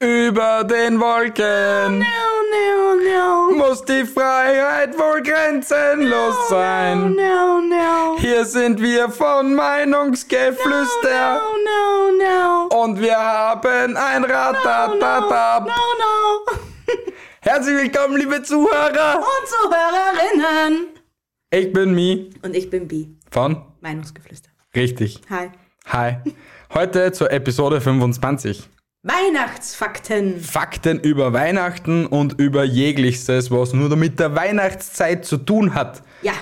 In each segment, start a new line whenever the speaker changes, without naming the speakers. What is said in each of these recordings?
Über den Wolken muss die Freiheit wohl grenzenlos sein.
No, no,
Hier sind wir von Meinungsgeflüster
no, no,
und wir haben ein Ratatatab.
no, no.
Herzlich willkommen, liebe Zuhörer.
Und Zuhörerinnen.
Ich bin Mi
Und ich bin Bi.
von
Meinungsgeflüster.
Richtig.
Hi.
Hi. Heute zur Episode 25.
Weihnachtsfakten.
Fakten über Weihnachten und über jeglichstes, was nur mit der Weihnachtszeit zu tun hat.
Ja,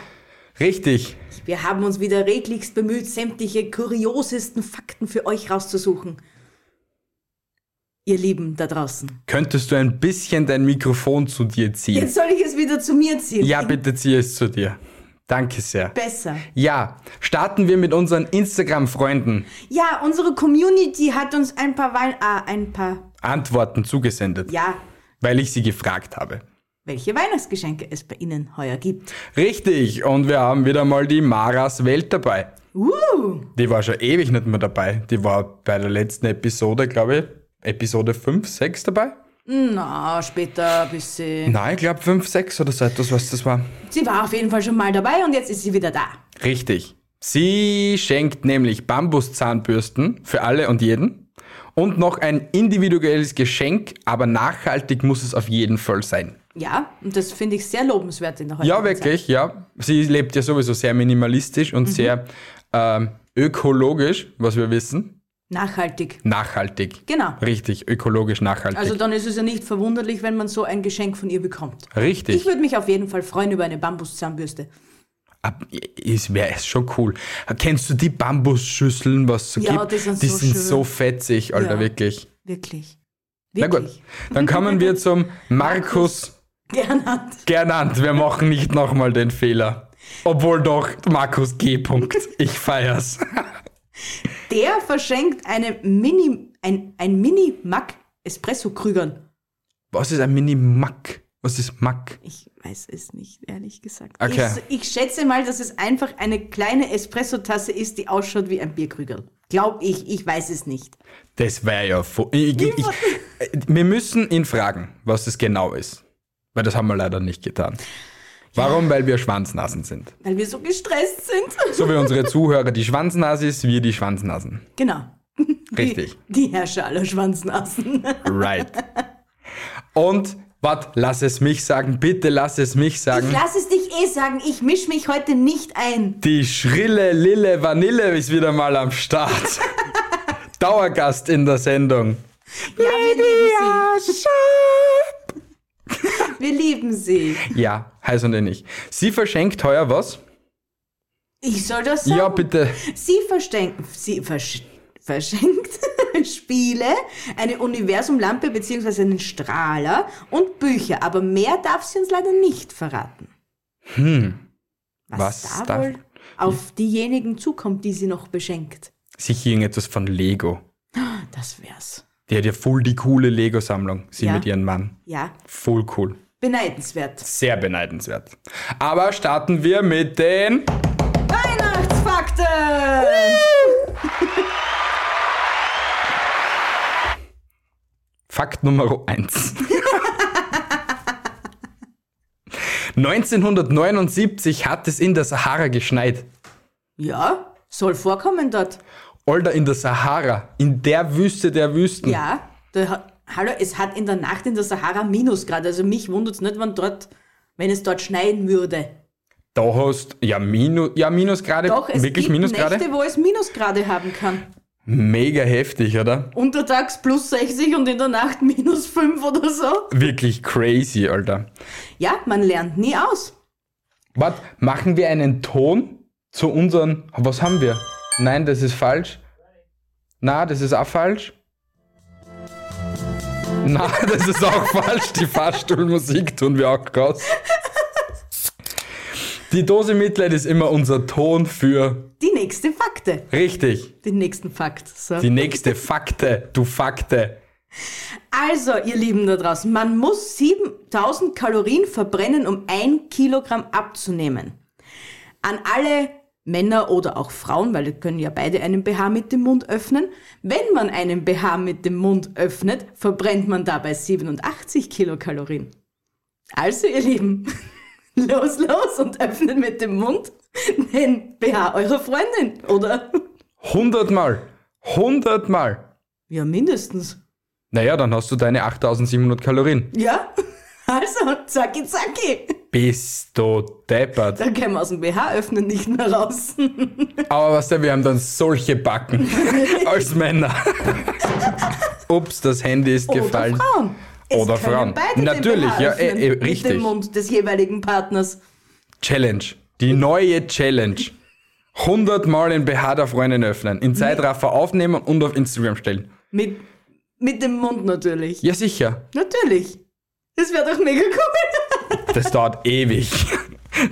Richtig.
wir haben uns wieder redlichst bemüht, sämtliche kuriosesten Fakten für euch rauszusuchen. Ihr Lieben da draußen.
Könntest du ein bisschen dein Mikrofon zu dir ziehen?
Jetzt soll ich es wieder zu mir ziehen.
Ja, bitte zieh es zu dir. Danke sehr.
Besser.
Ja, starten wir mit unseren Instagram-Freunden
Ja, unsere Community hat uns ein paar Wein... Ah, ein paar...
Antworten zugesendet,
Ja,
weil ich sie gefragt habe.
welche Weihnachtsgeschenke es bei Ihnen heuer gibt.
Richtig, und wir haben wieder mal die Maras Welt dabei.
Uh,
Die war schon ewig nicht mehr dabei. Die war bei der letzten Episode, glaube ich, Episode 5, 6 dabei.
na, später ein bisschen.
Nein, ich glaube 5, 6 oder so etwas, was das war.
Sie war auf jeden Fall schon mal dabei und jetzt ist sie wieder da.
Richtig. Sie schenkt nämlich Bambuszahnbürsten für alle und jeden und noch ein individuelles Geschenk, aber nachhaltig muss es auf jeden Fall sein.
Ja, und das finde ich sehr lobenswert in der heutigen
Ja, wirklich, ja. Sie lebt ja sowieso sehr minimalistisch
Mhm.
und sehr ähm, ökologisch, was wir wissen.
Zeit. Nachhaltig.
Nachhaltig.
Genau.
Richtig, ökologisch nachhaltig.
Also dann ist es ja nicht verwunderlich, wenn man so ein Geschenk von ihr bekommt. Ich
Richtig.
würde mich auf jeden Fall freuen über eine Bambuszahnbürste.
Ab- Es wäre es schon cool. Kennst du die Bambusschüsseln, was es so
Ja,
gibt?
die sind
die
so
sind
schön.
so fetzig, Alter,
Ja.
wirklich.
Wirklich.
Na gut,
Wirklich.
dann kommen wir zum Markus
Gernand.
Gernand. Wir machen nicht nochmal den Fehler. Obwohl doch Markus G. Punkt. Ich feier's.
Der verschenkt eine Mini, ein, ein Mini-Mac Espresso-Krügern.
Was ist ein Mini-Mack? Was ist Mack?
Ich weiß es nicht, ehrlich gesagt.
Okay.
Ich, ich schätze mal, dass es einfach eine kleine Espressotasse ist, die ausschaut wie ein Bierkrügerl. Glaub ich, ich weiß es nicht.
Das wäre ja. fu- Ich, ich, ich, wir müssen ihn fragen, was es genau ist. Weil das haben wir leider nicht getan. Warum? Weil wir Schwanznasen sind.
Weil wir so gestresst sind.
So wie unsere Zuhörer die Schwanznasis, wir die Schwanznasen.
Genau.
Richtig.
Die, die Herrscher aller Schwanznasen.
Right. Und, wat, lass es mich sagen, bitte lass es mich sagen.
Ich lass es dich eh sagen, ich misch mich heute nicht ein.
Die schrille Lille Vanille ist wieder mal am Start. Dauergast in der Sendung.
Ja, wir lieben sie. Wir lieben sie.
Ja, heiß und ähnlich. Sie verschenkt heuer was?
Ich soll das sagen.
Ja, bitte.
Sie verschenkt, sie versch verschenkt Spiele, eine Universumlampe bzw. einen Strahler und Bücher, aber mehr darf sie uns leider nicht verraten. Hm. Was,
Was
da
darf-
wohl auf diejenigen zukommt, die sie noch beschenkt.
Sicher irgendetwas von Lego.
Das wär's.
Die hat ja voll die coole Lego-Sammlung, sie
Ja.
mit ihrem Mann.
Ja,
Voll cool.
beneidenswert.
Sehr beneidenswert. Aber starten wir mit den.
Weihnachtsfakten!
Fakt Nummer 1. 1979 hat es in der Sahara geschneit.
Ja, soll vorkommen dort.
Alter, in der Sahara, in der Wüste der Wüsten.
Ja, da, ha- hallo, es hat in der Nacht in der Sahara Minusgrad. Also mich wundert's nicht, wenn dort, wenn es dort schneien würde.
Da hast ja minus, ja Minusgrade,
Doch, es
Äh, wirklich
gibt
Minusgrade.
Nächte, wo es Minusgrade haben kann.
Mega heftig, oder?
Untertags plus 60 und in der Nacht minus 5 oder so.
Wirklich crazy, Alter.
Ja, man lernt nie aus.
Was? Machen wir einen Ton zu unseren. Was haben wir? Nein, das ist falsch. Na, das ist auch falsch. Na, das ist auch falsch. Die Fahrstuhlmusik tun wir auch raus. Die Dose Mitleid ist immer unser Ton für
Die nächste Fakte.
richtig.
Den nächsten Fakt. So.
Die nächste Fakte, du Fakte.
Also, ihr Lieben da draußen, man muss 7000 Kalorien verbrennen, um ein Kilogramm abzunehmen. An alle Männer oder auch Frauen, weil die können ja beide einen BH mit dem Mund öffnen. Wenn man einen BH mit dem Mund öffnet, verbrennt man dabei 87 Kilokalorien. Also, ihr Lieben, los, los und öffnet mit dem Mund den BH eurer Freundin, oder?
Hundertmal. Hundertmal.
Ja, mindestens.
Naja, dann hast du deine 8700 Kalorien.
Ja? Also, zacki, zacki.
Bist du deppert.
Da können wir aus dem BH öffnen nicht mehr raus.
Aber was der, wir haben dann solche Backen als Männer. Ups, das Handy
Oh,
ist gefallen.
Oder Frauen.
Oder
können
Frauen.
Beide den
Natürlich,
BH
ja,
öffnen
eh, eh,
Mit
richtig.
dem Mund des jeweiligen Partners.
Challenge. Die neue Challenge. 100 Mal den BH der Freundin öffnen, in Zeitraffer aufnehmen und auf Instagram stellen.
Mit, mit dem Mund natürlich.
Ja, sicher.
Natürlich. Das wäre doch mega cool.
Das dauert ewig.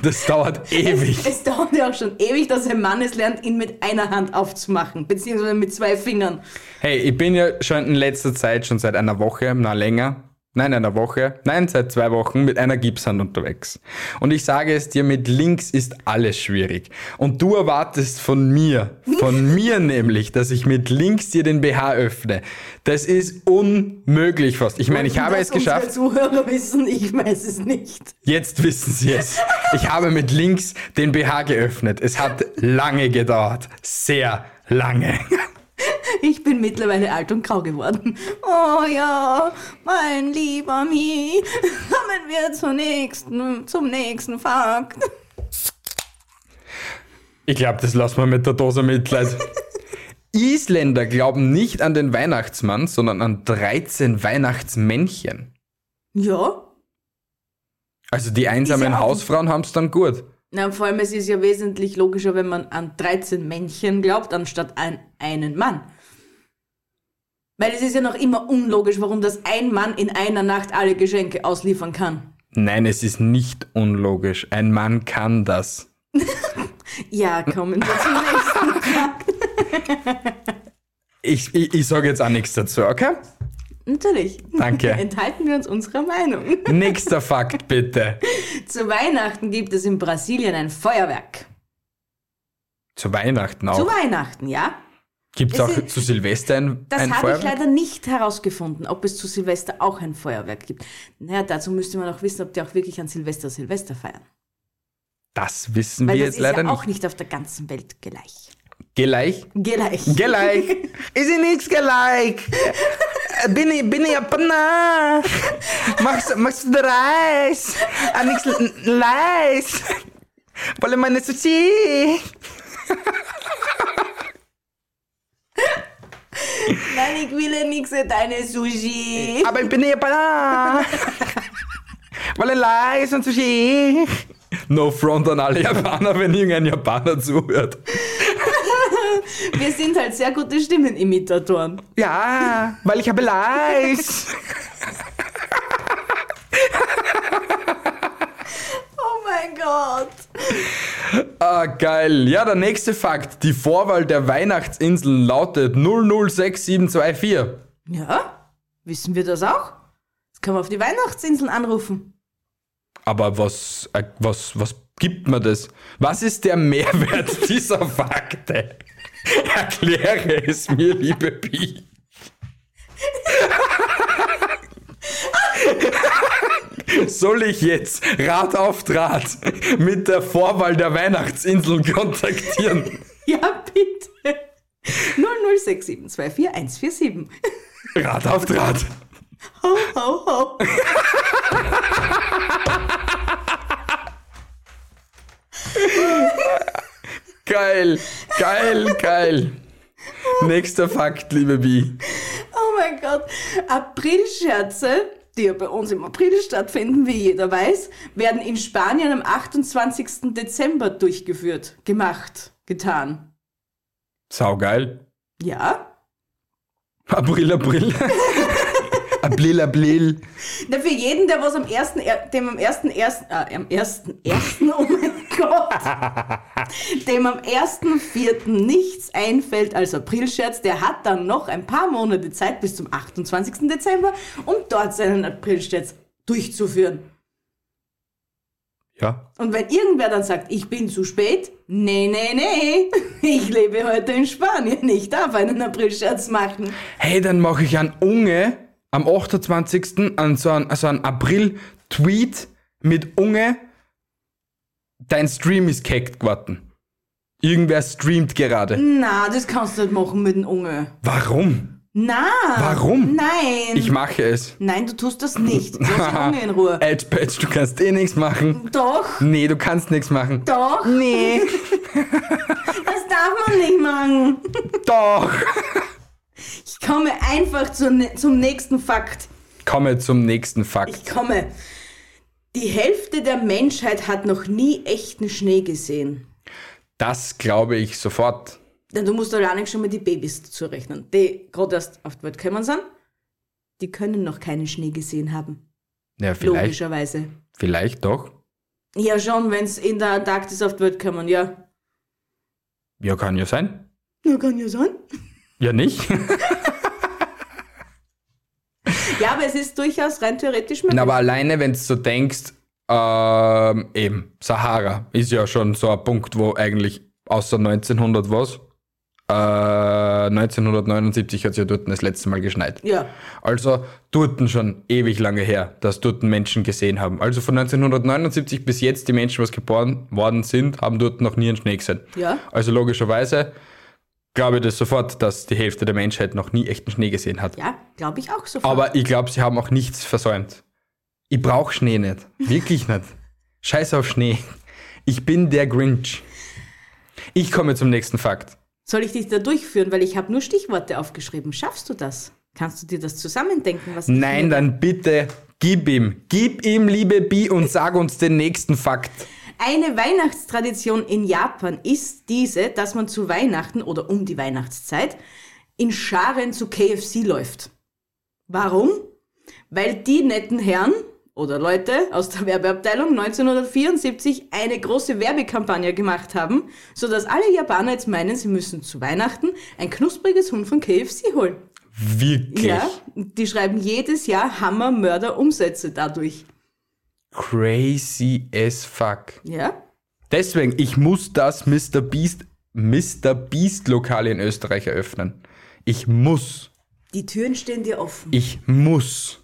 Das dauert ewig.
Es dauert ja auch schon ewig, dass ein Mann es lernt, ihn mit einer Hand aufzumachen. Beziehungsweise mit zwei Fingern.
Hey, ich bin ja schon in letzter Zeit, schon seit einer Woche, na länger, nein, einer Woche, nein, seit zwei Wochen mit einer Gipshand unterwegs. Und ich sage es dir, mit links ist alles schwierig. Und du erwartest von mir, von mir nämlich, dass ich mit links dir den BH öffne. Das ist unmöglich fast. Ich meine, ich
Und
habe
dass
es geschafft.
Unsere Zuhörer wissen, ich weiß es nicht.
Jetzt wissen Sie es. Ich habe mit links den BH geöffnet. Es hat lange gedauert. Sehr lange.
Ich bin mittlerweile alt und grau geworden. Oh ja, mein lieber Mi, kommen wir zum nächsten, zum nächsten Fakt.
Ich glaube, das lassen wir mit der Dose Mitleid. Isländer glauben nicht an den Weihnachtsmann, sondern an 13 Weihnachtsmännchen.
Ja,
Also die einsamen
Ist ja auch-
Hausfrauen haben es dann gut.
na vor allem es ist ja wesentlich logischer, wenn man an 13 Männchen glaubt, anstatt an einen Mann. Weil es ist ja noch immer unlogisch, warum das ein Mann in einer Nacht alle Geschenke ausliefern kann.
Nein, es ist nicht unlogisch. Ein Mann kann das.
Ja, kommen wir zum nächsten Fakt.
Ich, ich, ich sage jetzt auch nichts dazu, okay?
Natürlich.
Danke.
Enthalten wir uns unserer Meinung.
Nächster Fakt bitte.
Zu Weihnachten gibt es in Brasilien ein Feuerwerk.
Zu Weihnachten
Zu
auch.
Weihnachten, ja?
Gibt es
Es
auch
ist-
zu Silvester ein,
Das
ein
habe ich
Feuerwerk?
leider nicht herausgefunden, ob es zu Silvester auch ein Feuerwerk gibt. Naja, dazu müsste man auch wissen, ob die auch wirklich an Silvester Silvester feiern.
Das wissen wir
Weil das
jetzt
ist
leider
ja auch
nicht.
nicht auf der ganzen Welt gleich.
Gleich.
Gleich.
Gleich. Ist ich nichts gleich. Bin ich, bin ich Japaner. Machst, machst du Reis? Ah, nix leis. Wolle meine Sushi.
Nein, ich will ja nichts an deine Sushi.
Aber ich bin Japaner. Wolle Leis und Sushi. No front an alle Japaner, wenn irgendein Japaner zuhört. ah.
Wir sind halt sehr gute Stimmenimitatoren.
Ja, weil ich habe Leis.
Oh mein Gott.
Ah, geil. Ja, der nächste Fakt. Die Vorwahl der Weihnachtsinseln lautet 006724.
Ja, wissen wir das auch? Jetzt können wir auf die Weihnachtsinseln anrufen.
Aber was, äh, was, was gibt mir das? Was ist der Mehrwert dieser Fakte? Erkläre es mir, liebe Pi. Soll ich jetzt Rat auf Draht mit der Vorwahl der Weihnachtsinseln kontaktieren?
Ja, bitte. 0067244147.
Rat auf Draht.
Ho, ho, ho.
Geil, geil, geil. Nächster Fakt, liebe Bi.
Oh mein Gott. Aprilscherze, die ja bei uns im April stattfinden, wie jeder weiß, werden in Spanien am 28. Dezember durchgeführt, gemacht, getan.
Saugeil.
Ja?
April, April. April, April.
Na, für jeden, der was am ersten, er- dem am ersten, ersten, äh, am ersten, ersten, oh mein Gott, dem am ersten, vierten nichts einfällt als Aprilscherz, der hat dann noch ein paar Monate Zeit bis zum 28. Dezember, um dort seinen Aprilscherz durchzuführen.
Ja.
Und wenn irgendwer dann sagt, ich bin zu spät, nee, nee, nee, ich lebe heute in Spanien, ich darf einen Aprilscherz machen.
Hey, dann mache ich an Unge am 28. an so einen, so einen April-Tweet mit Unge. Dein Stream ist keckt geworden. Irgendwer streamt gerade.
Na, das kannst du nicht machen mit dem Unge.
Warum?
Na.
Warum?
Nein.
Ich mache es.
Nein, du tust das nicht. Lass den Unge in Ruhe.
Edgepatch, du kannst eh nichts machen.
Doch,
Nee, du kannst nichts machen.
doch. Nee. das darf man nicht machen.
Doch.
Ich komme einfach zu, ne- zum nächsten Fakt.
Komme zum nächsten
Ich
Fakt.
komme. Die Hälfte der Menschheit hat noch nie echten Schnee gesehen.
Das glaube ich sofort.
Denn du musst alleine schon mal die Babys dazu rechnen, die gerade erst auf die Welt gekommen sind. Die können noch keinen Schnee gesehen haben,
Ja, vielleicht.
logischerweise.
Vielleicht doch.
Ja, schon, wenn es in der Antarktis auf die Welt kommen, ja.
Ja, kann ja sein.
Ja, kann ja sein.
Ja, nicht?
Ja, aber es ist durchaus rein theoretisch möglich.
Na, aber alleine, wenn du so denkst, ähm, eben, Sahara ist ja schon so ein Punkt, wo eigentlich außer 1900 was, äh, 1979 hat es ja dort das letzte Mal geschneit.
ja.
Also dort schon ewig lange her, dass dort Menschen gesehen haben. Also von 1979 bis jetzt, die Menschen, was geboren worden sind, haben dort noch nie einen Schnee gesehen.
Ja.
Also logischerweise glaube ich das sofort, dass die Hälfte der Menschheit noch nie echten Schnee gesehen hat.
Ja, glaube ich auch sofort.
Aber ich glaube, sie haben auch nichts versäumt. Ich brauche Schnee nicht. Wirklich nicht. Scheiß auf Schnee. Ich bin der Grinch. Ich komme zum nächsten Fakt.
Soll ich dich da durchführen? Weil ich habe nur Stichworte aufgeschrieben. Schaffst du das? Kannst du dir das zusammendenken? Was ich
Nein,
mir-
dann bitte gib ihm. Gib ihm, liebe Bi, und sag uns den nächsten Fakt.
Eine Weihnachtstradition in Japan ist diese, dass man zu Weihnachten oder um die Weihnachtszeit in Scharen zu KFC läuft. Warum? Weil die netten Herren oder Leute aus der Werbeabteilung 1974 eine große Werbekampagne gemacht haben, sodass alle Japaner jetzt meinen, sie müssen zu Weihnachten ein knuspriges Huhn von KFC holen.
Wirklich
Ja, die schreiben jedes Jahr Hammer, Mörder, Umsätze dadurch.
crazy as fuck.
Ja?
Deswegen, ich muss das Mr. Beast, Mr. Beast Lokal in Österreich eröffnen. Ich muss.
Die Türen stehen dir offen.
Ich muss.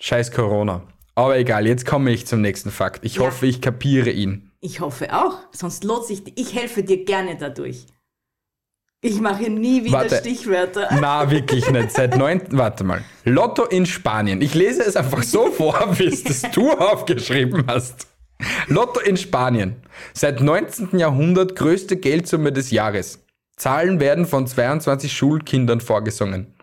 Scheiß Corona. Aber egal, jetzt komme ich zum nächsten Fakt. Ich
Ja.
hoffe, ich kapiere ihn.
Ich hoffe auch, sonst lohnt sich, ich helfe dir gerne dadurch. Ich mache nie wieder
Warte.
Stichwörter.
Na, wirklich nicht. Seit neun. Warte mal. Lotto in Spanien. Ich lese es einfach so vor, wie es das du aufgeschrieben hast. Lotto in Spanien. Seit 19. Jahrhundert größte Geldsumme des Jahres. Zahlen werden von 22 Schulkindern vorgesungen.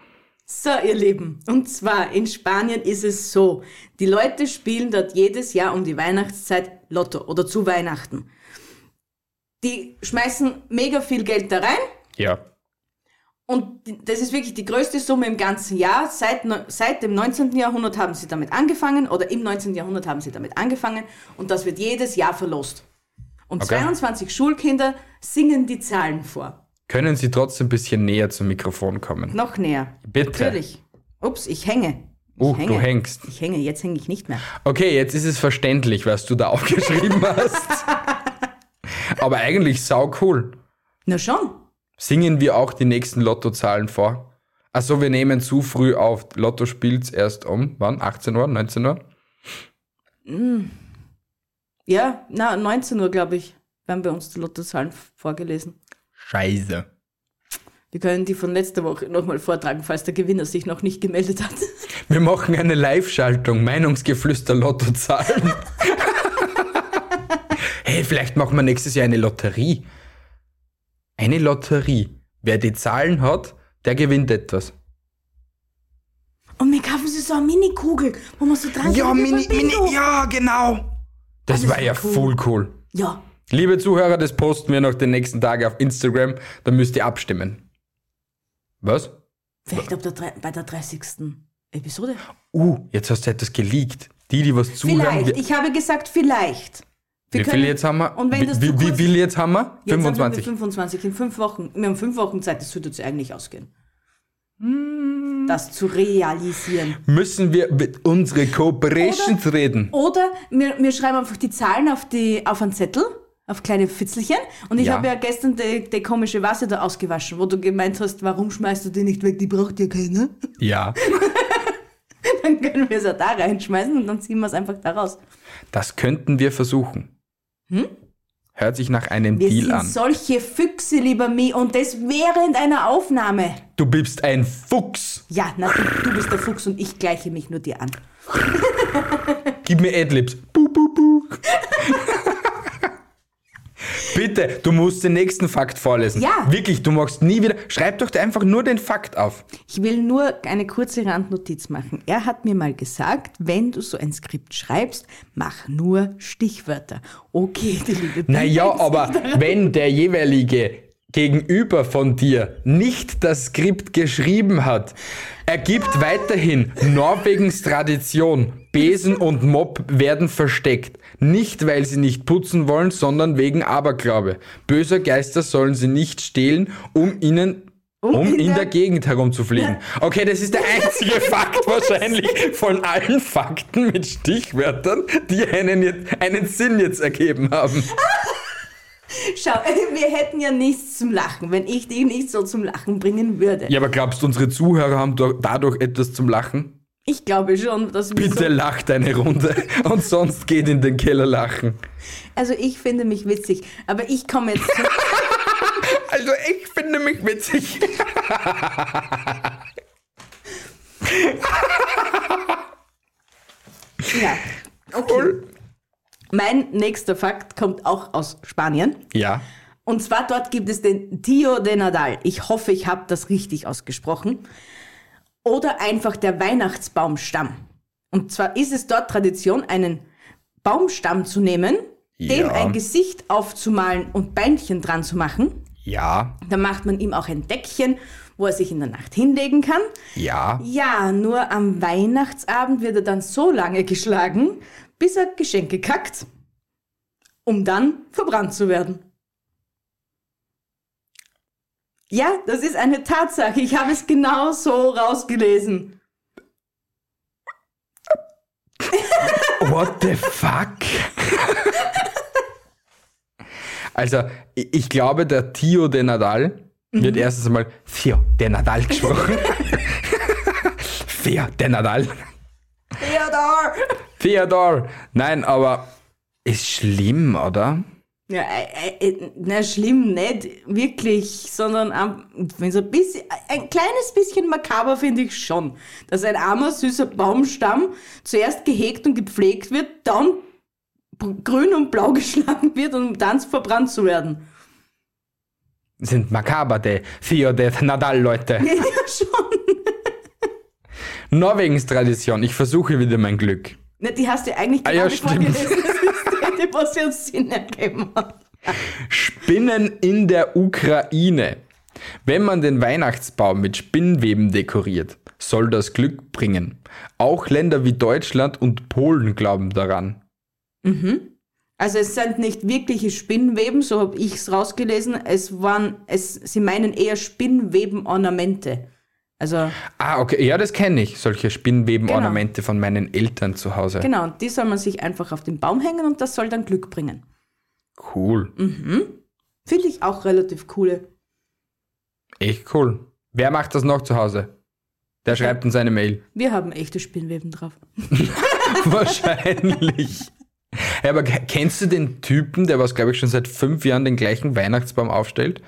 So, ihr Lieben. Und zwar in Spanien ist es so. Die Leute spielen dort jedes Jahr um die Weihnachtszeit Lotto oder zu Weihnachten. Die schmeißen mega viel Geld da rein
Ja.
Und die- das ist wirklich die größte Summe im ganzen Jahr. Seit, neu- seit dem 19. Jahrhundert haben sie damit angefangen oder im 19. Jahrhundert haben sie damit angefangen und das wird jedes Jahr verlost. Und
Okay.
22 Schulkinder singen die Zahlen vor.
Können Sie trotzdem ein bisschen näher zum Mikrofon kommen?
Noch näher.
Bitte.
Natürlich. Ups, ich hänge. Ich
Uh, du hängst.
Ich hänge, jetzt hänge ich nicht mehr.
Okay, jetzt ist es verständlich, was du da aufgeschrieben hast. Aber eigentlich sau cool.
Na schon.
Singen wir auch die nächsten Lottozahlen vor? Also wir nehmen zu früh auf. Lotto spielt's erst um, wann? 18 Uhr, 19 Uhr?
Ja, na, 19 Uhr, glaube ich, werden bei uns die Lottozahlen f- vorgelesen.
Scheiße.
Wir können die von letzter Woche nochmal vortragen, falls der Gewinner sich noch nicht gemeldet hat.
Wir machen eine Live-Schaltung, Meinungsgeflüster Lottozahlen. hey, Hey, vielleicht machen wir nächstes Jahr eine Lotterie. Eine Lotterie. Wer die Zahlen hat, der gewinnt etwas.
Und wir kaufen sie so eine Mini-Kugel, wo man so dran
Ja,
geht wie
Mini,
beim
Mini,
Also Bingo.
ja, genau. Das,
Das
war
war
ja
cool.
voll cool.
Ja,
Liebe Zuhörer, das posten wir noch den nächsten Tag auf Instagram. Dann müsst ihr abstimmen. Was?
vielleicht ab der, drei- bei der 30. Episode.
Uh, jetzt hast du etwas geleakt. Die, die was zuhören.
Vielleicht.
Wie,
Ich habe gesagt, vielleicht. Wir
wie viel
können-
jetzt haben wir?
Und wenn das
wie,
zu
wie, wie
kurz-
viel jetzt haben wir?
Jetzt haben wir
25.
25 in fünf Wochen. Wir haben fünf Wochen Zeit, das würde uns eigentlich ausgehen.
Hm.
Das zu realisieren.
Müssen wir mit unsere Cooperations reden?
Oder Oh. wir, wir schreiben einfach die Zahlen auf, die, auf einen Zettel, auf kleine Fitzelchen. Und ich
Ja.
habe ja gestern die, die komische Vase da ausgewaschen, wo du gemeint hast, warum schmeißt du die nicht weg? Die braucht ja keiner.
Ja.
Dann können wir es ja da reinschmeißen und dann ziehen wir es einfach da raus.
Das könnten wir versuchen. Hört sich nach einem
Hm? Wir
Deal
sind
an.
solche Füchse, lieber Mi, und das während einer Aufnahme.
Du bist ein Fuchs.
Ja, na, du, du bist der Fuchs und ich gleiche mich nur dir an.
Gib mir Adlibs. Bu, bu, bu. Bitte, du musst den nächsten Fakt vorlesen.
Ja.
Wirklich, du machst nie wieder. Schreib doch einfach nur den Fakt auf.
Ich will nur eine kurze Randnotiz machen. Er hat mir mal gesagt, wenn du so ein Skript schreibst, mach nur Stichwörter. Okay, die liebe
Naja,
Bibi ist
aber wenn der jeweilige Gegenüber von dir nicht das Skript geschrieben hat, ergibt weiterhin Norwegens Tradition. Besen und Mob werden versteckt. Nicht, weil sie nicht putzen wollen, sondern wegen Aberglaube. Böser Geister sollen sie nicht stehlen, um ihnen um, in, der, Gegend herumzufliegen. Okay, das ist der einzige Fakt wahrscheinlich von allen Fakten mit Stichwörtern, die einen, jetzt, einen Sinn jetzt ergeben haben.
Schau, wir hätten ja nichts zum Lachen, wenn ich dich nicht so zum Lachen bringen würde.
Ja, aber glaubst du, unsere Zuhörer haben do- dadurch etwas zum Lachen?
Ich glaube schon, dass wir
Bitte
so...
lacht eine Runde und sonst geht in den Keller lachen.
Also ich finde mich witzig, aber ich komme jetzt...
Also ich finde mich witzig.
ja, okay. Mein nächster Fakt kommt auch aus Spanien.
Ja.
Und zwar dort gibt es den Tio de Nadal. Ich hoffe, ich habe das richtig ausgesprochen. Oder einfach der Weihnachtsbaumstamm. Und zwar ist es dort Tradition, einen Baumstamm zu nehmen, dem
Ja.
ein Gesicht aufzumalen und Beinchen dran zu machen.
Ja.
Dann macht man ihm auch ein Deckchen, wo er sich in der Nacht hinlegen kann.
Ja.
Ja, nur am Weihnachtsabend wird er dann so lange geschlagen, bis er Geschenke kackt, um dann verbrannt zu werden. Ja, das ist eine Tatsache. Ich habe es genau so rausgelesen.
What the fuck? Also, i- ich glaube, der Tio de Nadal wird erstens einmal Tio de Nadal gesprochen. Tio de Nadal.
Theodor!
Theodor. Nein, aber ist schlimm, oder?
Ja, äh, äh, äh, na, schlimm nicht, wirklich, sondern am- wenn's ein, bisschen, äh, ein kleines bisschen makaber finde ich schon, dass ein armer, süßer Baumstamm zuerst gehegt und gepflegt wird, dann b- grün und blau geschlagen wird, um dann verbrannt zu werden.
sind makaber, die Theo de Nadal, Leute.
Ja, schon.
Norwegens Tradition, ich versuche wieder mein Glück.
Na, die hast du eigentlich
Ah ja,
gerade
stimmt.
vorgelesen, das ist die, was wir uns Sinn ergeben hat.
Spinnen in der Ukraine. Wenn man den Weihnachtsbaum mit Spinnweben dekoriert, soll das Glück bringen. Auch Länder wie Deutschland und Polen glauben daran.
Also es sind nicht wirkliche Spinnweben, so habe ich's rausgelesen. Es waren, es, sie meinen eher Spinnwebenornamente. Also
Ah, okay, ja, das kenne ich, solche Spinnwebenornamente von meinen Eltern zu Hause.
genau, und die soll man sich einfach auf den Baum hängen und das soll dann Glück bringen.
Cool,
Finde ich auch relativ coole.
echt cool. Wer macht das noch zu Hause? Der schreibt uns eine Mail.
Wir haben echte Spinnweben drauf.
Wahrscheinlich. Ja, aber ke- kennst du den Typen, der was, glaube ich, schon seit fünf Jahren den gleichen Weihnachtsbaum aufstellt?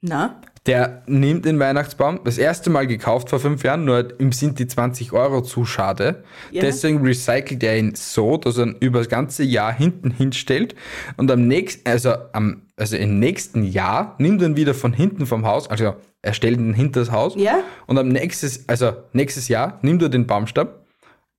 Na?
Der nimmt den Weihnachtsbaum, das erste Mal gekauft vor fünf Jahren, nur ihm sind die 20 Euro zu schade.
Ja.
Deswegen recycelt er ihn so, dass er ihn über das ganze Jahr hinten hinstellt und am nächsten, also, am, also im nächsten Jahr nimmt er ihn wieder von hinten vom Haus, also er stellt ihn hinter das Haus
Ja.
und am nächstes, also nächstes Jahr nimmt er den Baumstab,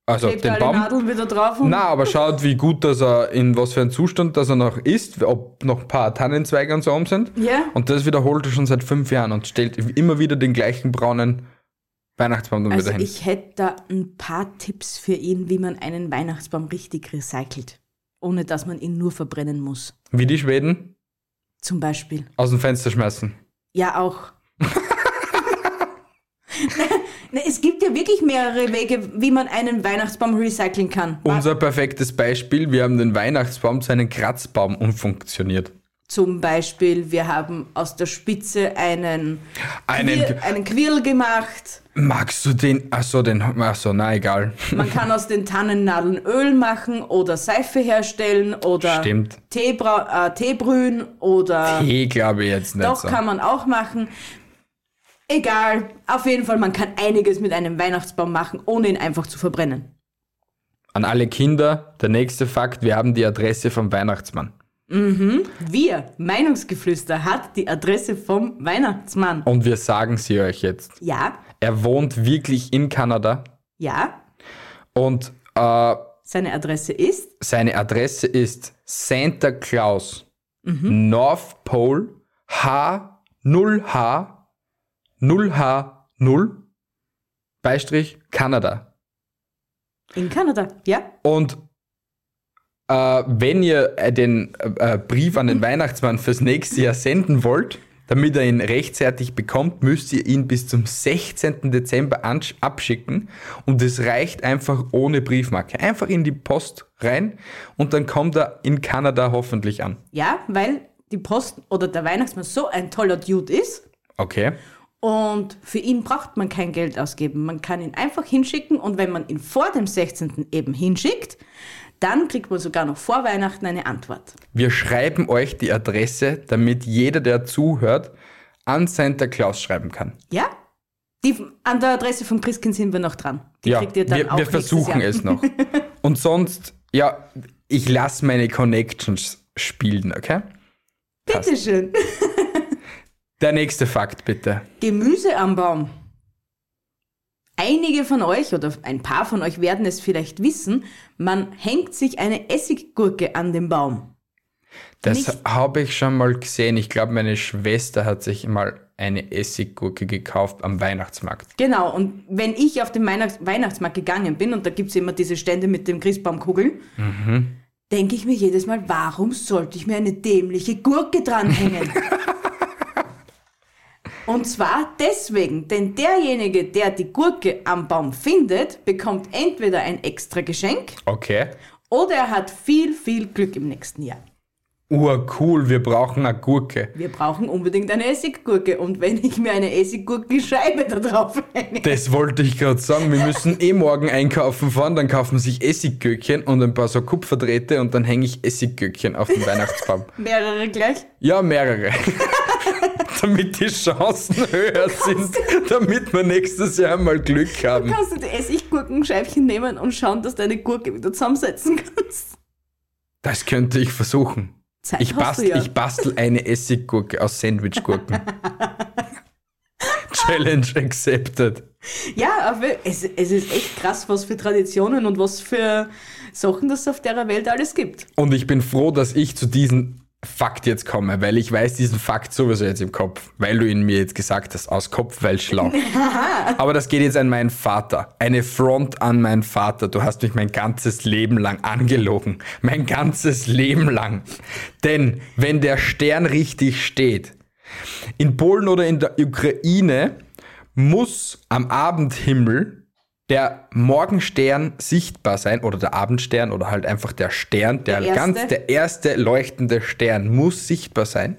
also
Klebt
den
alle
Baum,
Nadeln wieder drauf und
na, aber schaut, wie gut, dass er in was für einem Zustand, dass er noch ist, ob noch ein paar Tannenzweige und so um sind.
Ja.
Und das wiederholt er schon seit fünf Jahren und stellt immer wieder den gleichen braunen Weihnachtsbaum dann
Also
wieder hin.
ich hätte da ein paar Tipps für ihn, wie man einen Weihnachtsbaum richtig recycelt, ohne dass man ihn nur verbrennen muss.
Wie die Schweden
Zum Beispiel.
aus dem Fenster schmeißen.
Ja, auch. Na, es gibt ja wirklich mehrere Wege, wie man einen Weihnachtsbaum recyceln kann. Wa-
Unser perfektes Beispiel, wir haben den Weihnachtsbaum zu einem Kratzbaum umfunktioniert.
Zum Beispiel, wir haben aus der Spitze einen,
Einen,
Quir- einen Quirl gemacht.
magst du den, achso, den, achso, na egal.
Man kann aus den Tannennadeln Öl machen oder Seife herstellen oder
Stimmt.
Tee, brau- äh, Tee brühen oder...
Eh, glaube ich jetzt nicht
Doch,
so.
kann man auch machen. Egal, auf jeden Fall, man kann einiges mit einem Weihnachtsbaum machen, ohne ihn einfach zu verbrennen.
An alle Kinder, der nächste Fakt, wir haben die Adresse vom Weihnachtsmann.
Wir, Meinungsgeflüster, hat die Adresse vom Weihnachtsmann.
Und wir sagen sie euch jetzt.
Ja,
Er wohnt wirklich in Kanada
ja,
und äh,
seine Adresse ist
seine Adresse ist Santa Claus, North Pole, H, 0H, 0H, 0, Beistrich, Kanada.
in Kanada. Ja,
Und äh, wenn ihr äh, den äh, äh, Brief an den Weihnachtsmann fürs nächste Jahr senden wollt, damit er ihn rechtzeitig bekommt, müsst ihr ihn bis zum 16. Dezember ansch- abschicken. Und es reicht einfach ohne Briefmarke. Einfach in die Post rein und dann kommt er in Kanada hoffentlich an.
ja, weil die Post oder der Weihnachtsmann so ein toller Dude ist.
Okay.
Und für ihn braucht man kein Geld ausgeben. Man kann ihn einfach hinschicken und wenn man ihn vor dem 16. eben hinschickt, dann kriegt man sogar noch vor Weihnachten eine Antwort.
Wir schreiben euch die Adresse, damit jeder, der zuhört, an Santa Claus schreiben kann.
Ja? Die, an der Adresse vom Christkind sind wir noch dran. Die kriegt ihr dann
wir,
auch
wir
nächstes
versuchen
Jahr.
es noch. Und sonst, ja, ich lasse meine Connections spielen, okay?
Bitteschön.
Der nächste Fakt bitte.
Gemüse am Baum. Einige von euch oder ein paar von euch werden es vielleicht wissen, man hängt sich eine Essiggurke an den Baum.
Das
Nicht-
habe ich schon mal gesehen. Ich glaube, meine Schwester hat sich mal eine Essiggurke gekauft am Weihnachtsmarkt.
Genau, und wenn ich auf den Weihnachts Weihnachtsmarkt gegangen bin, und da gibt es immer diese Stände mit dem Christbaumkugeln, denke ich mir jedes Mal, warum sollte ich mir eine dämliche Gurke dranhängen? und zwar deswegen, denn derjenige, der die Gurke am Baum findet, bekommt entweder ein extra Geschenk
Okay.
oder er hat viel, viel Glück im nächsten Jahr.
Urcool, wir brauchen eine Gurke.
Wir brauchen unbedingt eine Essiggurke und wenn ich mir eine Essiggurkenscheibe da drauf hänge,
Das wollte ich gerade sagen. Wir müssen eh morgen einkaufen fahren, dann kaufen wir sich Essiggürkchen und ein paar so Kupferdrähte und dann hänge ich Essiggürkchen auf den Weihnachtsbaum.
mehrere gleich.
Ja, mehrere. damit die Chancen höher sind, damit wir nächstes Jahr mal Glück haben.
kannst du die Essiggurkenscheibchen nehmen und schauen, dass du deine Gurke wieder zusammensetzen kannst.
Das könnte ich versuchen.
Zeit
Ich
hast du
bastel,
ja.
ich bastel eine Essiggurke aus Sandwichgurken. Challenge accepted.
Ja, aber es, es ist echt krass, was für Traditionen und was für Sachen das auf der Welt alles gibt.
Und ich bin froh, dass ich zu diesem Fakt jetzt komme, weil ich weiß diesen Fakt sowieso jetzt im Kopf, weil du ihn mir jetzt gesagt hast, aus Kopf, weil schlau. Aber das geht jetzt an meinen Vater. Eine Front an meinen Vater. Du hast mich mein ganzes Leben lang angelogen. Mein ganzes Leben lang. Denn wenn der Stern richtig steht, in Polen oder in der Ukraine muss am Abendhimmel der Morgenstern sichtbar sein oder der Abendstern oder halt einfach der Stern, der,
Der erste.
ganz der erste leuchtende Stern muss sichtbar sein.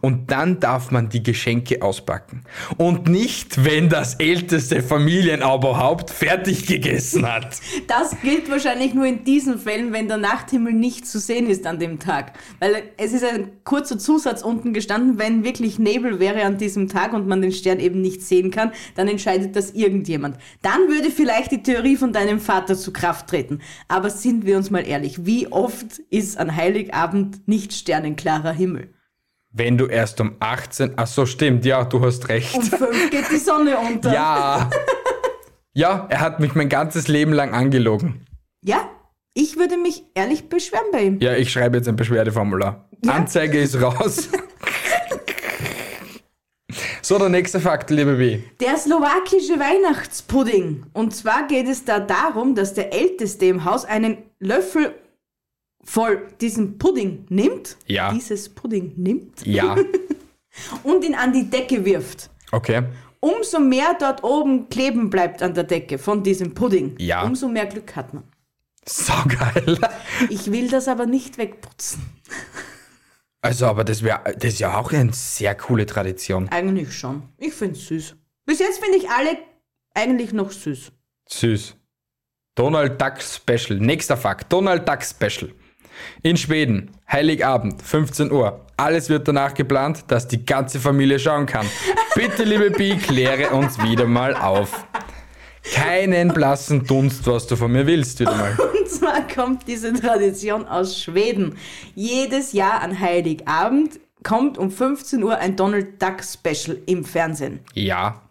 Und dann darf man die Geschenke auspacken. Und nicht, wenn das älteste Familienoberhaupt fertig gegessen hat.
Das gilt wahrscheinlich nur in diesen Fällen, wenn der Nachthimmel nicht zu sehen ist an dem Tag. Weil es ist ein kurzer Zusatz unten gestanden, wenn wirklich Nebel wäre an diesem Tag und man den Stern eben nicht sehen kann, dann entscheidet das irgendjemand. Dann würde vielleicht die Theorie von deinem Vater zu Kraft treten. Aber sind wir uns mal ehrlich, wie oft ist an Heiligabend nicht sternenklarer Himmel?
Wenn du erst um 18. Ach so, stimmt, ja, du hast recht.
Um fünf geht die Sonne unter.
Ja. Ja, er hat mich mein ganzes Leben lang angelogen.
Ja, ich würde mich ehrlich beschweren bei ihm.
Ja, ich schreibe jetzt ein Beschwerdeformular. Anzeige ist raus. so, der nächste Fakt, liebe B.
Der slowakische Weihnachtspudding. Und zwar geht es da darum, dass der Älteste im Haus einen Löffel voll diesen Pudding nimmt.
Ja.
Dieses Pudding nimmt.
Ja,
Und ihn an die Decke wirft.
okay.
Umso mehr dort oben kleben bleibt an der Decke von diesem Pudding,
Ja.
umso mehr Glück hat man.
Saugeil.
Ich will das aber nicht wegputzen.
Also, aber das wäre das ist ja auch eine sehr coole Tradition.
Eigentlich schon. Ich find's süß. Bis jetzt finde ich alle eigentlich noch süß.
Süß. Donald Duck Special. Nächster Fakt. Donald Duck Special. In Schweden, Heiligabend, 15 Uhr. Alles wird danach geplant, dass die ganze Familie schauen kann. Bitte, liebe Bi, kläre uns wieder mal auf. Keinen blassen Dunst, was du von mir willst, wieder mal.
Und zwar kommt diese Tradition aus Schweden. Jedes Jahr an Heiligabend kommt um 15 Uhr ein Donald Duck Special im Fernsehen.
Ja,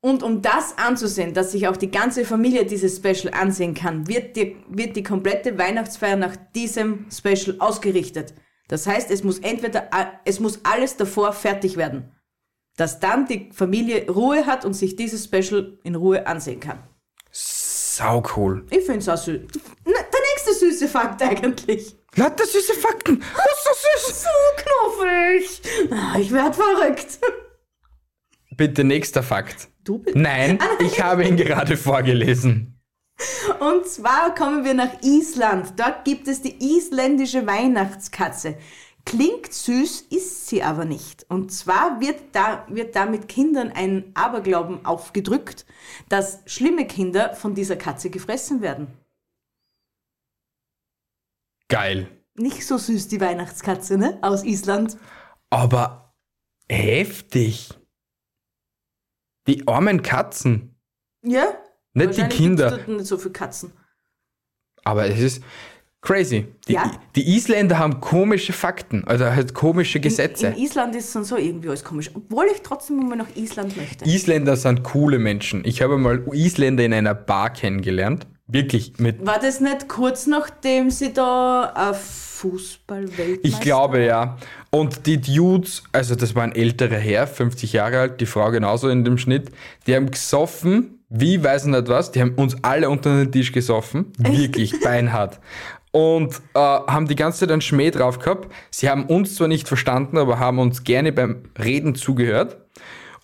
Und um das anzusehen, dass sich auch die ganze Familie dieses Special ansehen kann, wird die, wird die komplette Weihnachtsfeier nach diesem Special ausgerichtet. Das heißt, es muss entweder, a- es muss alles davor fertig werden, dass dann die Familie Ruhe hat und sich dieses Special in Ruhe ansehen kann.
sau cool.
Ich find's auch süß. Na, Der nächste süße Fakt eigentlich.
Lauter süße Fakten. Was so süß.
So knuffig. Ah, Ich werd verrückt.
Bitte, nächster Fakt.
Du bist
Nein, ich habe ihn gerade vorgelesen.
Und zwar kommen wir nach Island. Dort gibt es die isländische Weihnachtskatze. Klingt süß, ist sie aber nicht. Und zwar wird da, wird damit Kindern ein Aberglauben aufgedrückt, dass schlimme Kinder von dieser Katze gefressen werden.
Geil.
Nicht so süß die Weihnachtskatze, ne? Aus Island.
Aber heftig. Die armen Katzen.
Ja?
Nicht die
Wahrscheinlich
Kinder.
gibt's dort nicht so viele Katzen.
Aber es ist crazy. Die,
Ja.
die Isländer haben komische Fakten, also halt komische Gesetze.
In Island ist dann so irgendwie alles komisch. Obwohl ich trotzdem immer nach Island möchte.
Isländer sind coole Menschen. Ich habe mal Isländer in einer Bar kennengelernt. Wirklich mit.
War das nicht kurz nachdem sie da auf Fußballweltmeister...
Ich glaube ja. Und die Dudes, also das war ein älterer Herr, 50 Jahre alt, die Frau genauso in dem Schnitt, die haben gesoffen, wie weiß ich nicht was, die haben uns alle unter den Tisch gesoffen, wirklich beinhart. Und äh, haben die ganze Zeit einen Schmäh drauf gehabt. Sie haben uns zwar nicht verstanden, aber haben uns gerne beim Reden zugehört.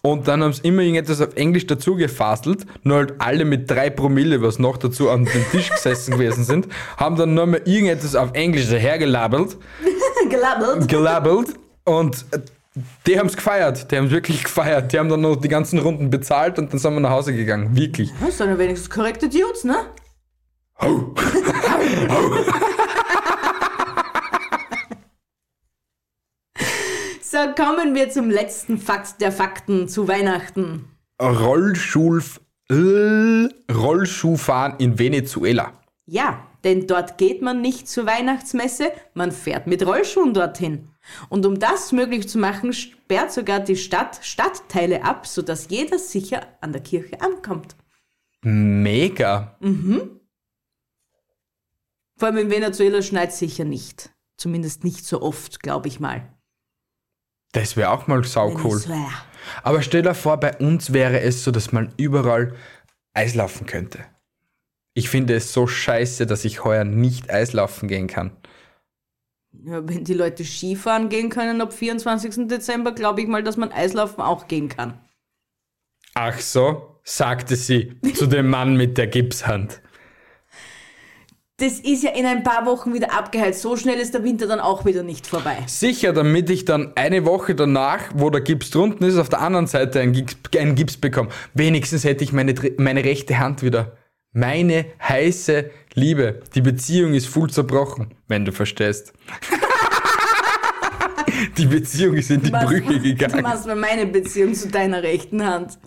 Und dann haben sie immer irgendetwas auf Englisch dazu gefaselt, nur halt alle mit drei Promille, was noch dazu an den Tisch gesessen gewesen sind, haben dann nur mal irgendetwas auf Englisch dahergelabelt
Gelabelt.
gelabelt und äh, die haben es gefeiert. Die haben es wirklich gefeiert. Die haben dann noch die ganzen Runden bezahlt und dann sind wir nach Hause gegangen. Wirklich.
Das sind ja wenigstens korrekte Dudes, ne? so, kommen wir zum letzten Fakt der Fakten zu Weihnachten.
Rollschulf, äh, Rollschuhfahren in Venezuela.
Ja, denn dort geht man nicht zur Weihnachtsmesse, man fährt mit Rollschuhen dorthin. Und um das möglich zu machen, sperrt sogar die Stadt Stadtteile ab, sodass jeder sicher an der Kirche ankommt.
Mega.
Vor allem in Venezuela schneit sicher nicht. Zumindest nicht so oft, glaube ich mal.
Das wäre auch mal sau Oh, cool.
Venezuela.
Aber stell dir vor, bei uns wäre es so, dass man überall Eislaufen könnte. Ich finde es so scheiße, dass ich heuer nicht Eislaufen gehen kann.
Ja, wenn die Leute Skifahren gehen können ab 24. Dezember, glaube ich mal, dass man Eislaufen auch gehen kann.
Ach so, sagte sie zu dem Mann mit der Gipshand.
das ist ja in ein paar Wochen wieder abgeheizt. So schnell ist der Winter dann auch wieder nicht vorbei.
Sicher, damit ich dann eine Woche danach, wo der Gips drunten ist, auf der anderen Seite einen Gips, einen Gips bekomme. Wenigstens hätte ich meine, dr- meine rechte Hand wieder. Meine heiße Liebe. Die Beziehung ist voll zerbrochen, wenn du verstehst. die Beziehung ist in die
Was-
Brüche
Du
gegangen.
machst mal meine Beziehung zu deiner rechten Hand.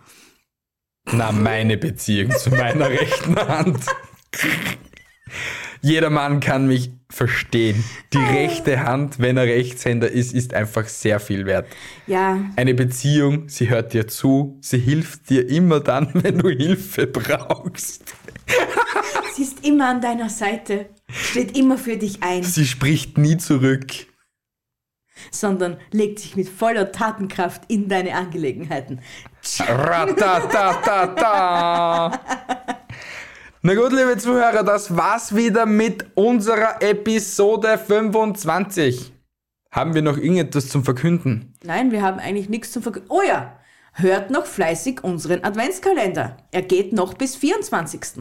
Na, meine Beziehung zu meiner rechten Hand. Jeder Mann kann mich verstehen. Die rechte Hand, wenn er Rechtshänder ist, ist einfach sehr viel wert.
Ja,
Eine Beziehung, sie hört dir zu, sie hilft dir immer dann, wenn du Hilfe brauchst.
sie ist immer an deiner Seite, steht immer für dich ein,
Sie spricht nie zurück.
sondern legt sich mit voller Tatenkraft in deine Angelegenheiten.
Ratatatata. Na gut, liebe Zuhörer, das war's wieder mit unserer Episode 25. Haben wir noch irgendetwas zum Verkünden?
Nein, wir haben eigentlich nichts zu verkünden. Oh ja, hört noch fleißig unseren Adventskalender. Er geht noch bis 24.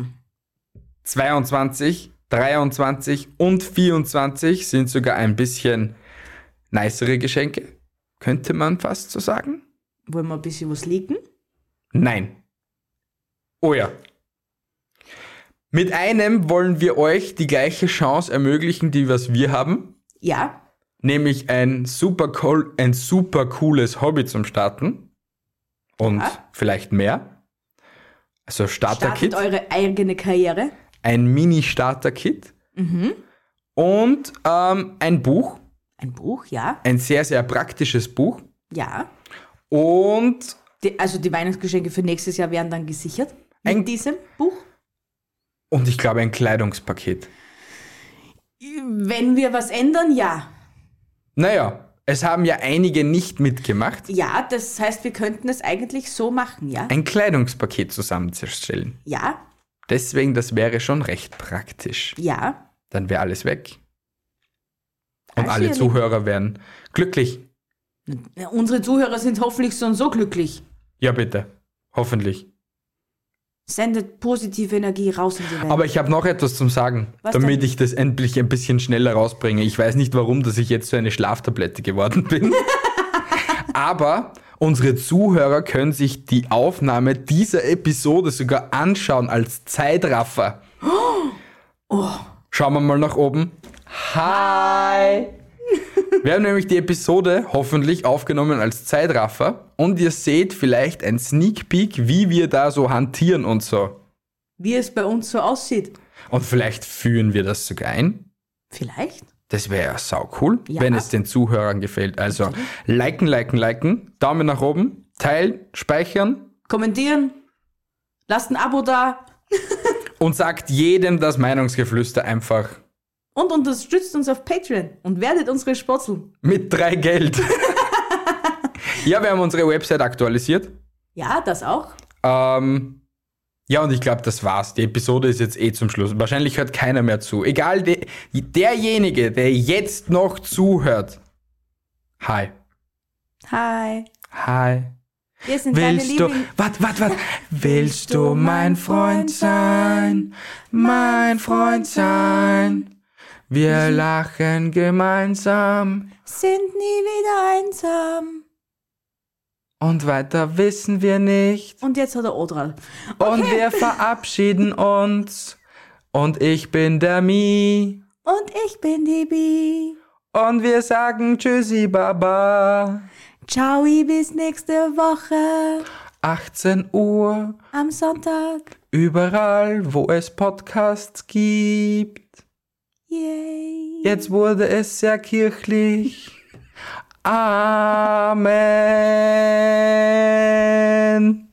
22, 23 und 24 sind sogar ein bisschen nicere Geschenke, könnte man fast so sagen.
Wollen wir ein bisschen was leaken?
Nein. Oh ja. Mit einem wollen wir euch die gleiche Chance ermöglichen, die was wir haben,
Ja,
nämlich ein super, cool, ein super cooles Hobby zum Starten und
Ja.
vielleicht mehr. Also Starter-Kit,
startet eure eigene Karriere.
ein Mini-Starter-Kit
Mhm.
und ähm, ein Buch,
Ein Buch, ja,
ein sehr, sehr praktisches Buch
ja.
und
Die, also die Weihnachtsgeschenke für nächstes Jahr werden dann gesichert. Mit
Ein-
diesem Buch.
und ich glaube ein Kleidungspaket.
Wenn wir was ändern, ja.
Naja, es haben ja einige nicht mitgemacht.
Ja, das heißt, wir könnten es eigentlich so machen, ja?
ein Kleidungspaket zusammenzustellen.
Ja,
Deswegen, das wäre schon recht praktisch.
ja.
Dann wäre alles weg. Und
Also,
alle
ihr
Zuhörer wären glücklich.
Lieben, Unsere Zuhörer sind hoffentlich so und so glücklich.
Ja, bitte. Hoffentlich.
Sendet positive Energie raus in die Welt.
Aber ich habe noch etwas zum Sagen,
Was
damit
denn?
ich das endlich ein bisschen schneller rausbringe. Ich weiß nicht warum, dass ich jetzt so eine Schlaftablette geworden bin. Aber unsere Zuhörer können sich die Aufnahme dieser Episode sogar anschauen als Zeitraffer.
Oh.
Schauen wir mal nach oben. Hi! Wir haben nämlich die Episode hoffentlich aufgenommen als Zeitraffer und ihr seht vielleicht ein Sneak Peek, wie wir da so hantieren und so.
Wie es bei uns so aussieht.
Und vielleicht führen wir das sogar ein.
Vielleicht?
Das wäre ja saucool,
Ja.
wenn es den Zuhörern gefällt. Also liken, liken, liken, Daumen nach oben, teilen, speichern
Kommentieren. Lasst ein Abo da.
und sagt jedem das Meinungsgeflüster einfach
Und unterstützt uns auf Patreon und werdet unsere Spotzeln.
mit drei Geld. ja, wir haben unsere Website aktualisiert.
Ja, das auch.
Ähm, ja, und ich glaube, das war's. Die Episode ist jetzt eh zum Schluss. Wahrscheinlich hört keiner mehr zu. Egal, de derjenige, der jetzt noch zuhört. Hi.
Hi.
Hi.
Wir sind
Willst du,
deine Liebling.
wat, wat, wat, willst du mein Freund sein? Mein Freund sein. Wir
Mhm.
lachen gemeinsam
Sind nie wieder einsam.
und weiter wissen wir nicht.
Und jetzt hat er Odral.
Und wir verabschieden uns. Und ich bin der Mi.
Und ich bin die Bi.
Und wir sagen Tschüssi Baba.
Ciao, bis nächste Woche.
18 Uhr,
Am Sonntag.
überall, wo es Podcasts gibt.
Yay.
Jetzt wurde es sehr kirchlich. Amen.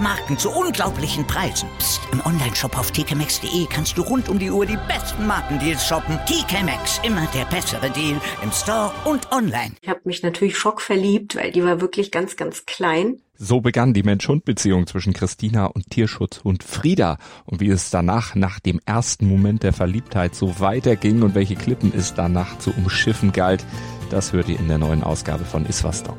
Marken zu unglaublichen Preisen. Psst. im Onlineshop auf tkmaxx.de kannst du rund um die Uhr die besten Markendeals shoppen. TK Maxx, immer der bessere Deal im Store und online.
Ich habe mich natürlich schockverliebt, weil die war wirklich ganz, ganz klein.
So begann die Mensch-Hund-Beziehung zwischen Christina und Tierschutzhund Frieda. Und wie es danach, nach dem ersten Moment der Verliebtheit, so weiterging und welche Klippen es danach zu umschiffen galt, das hört ihr in der neuen Ausgabe von Iswas Dog,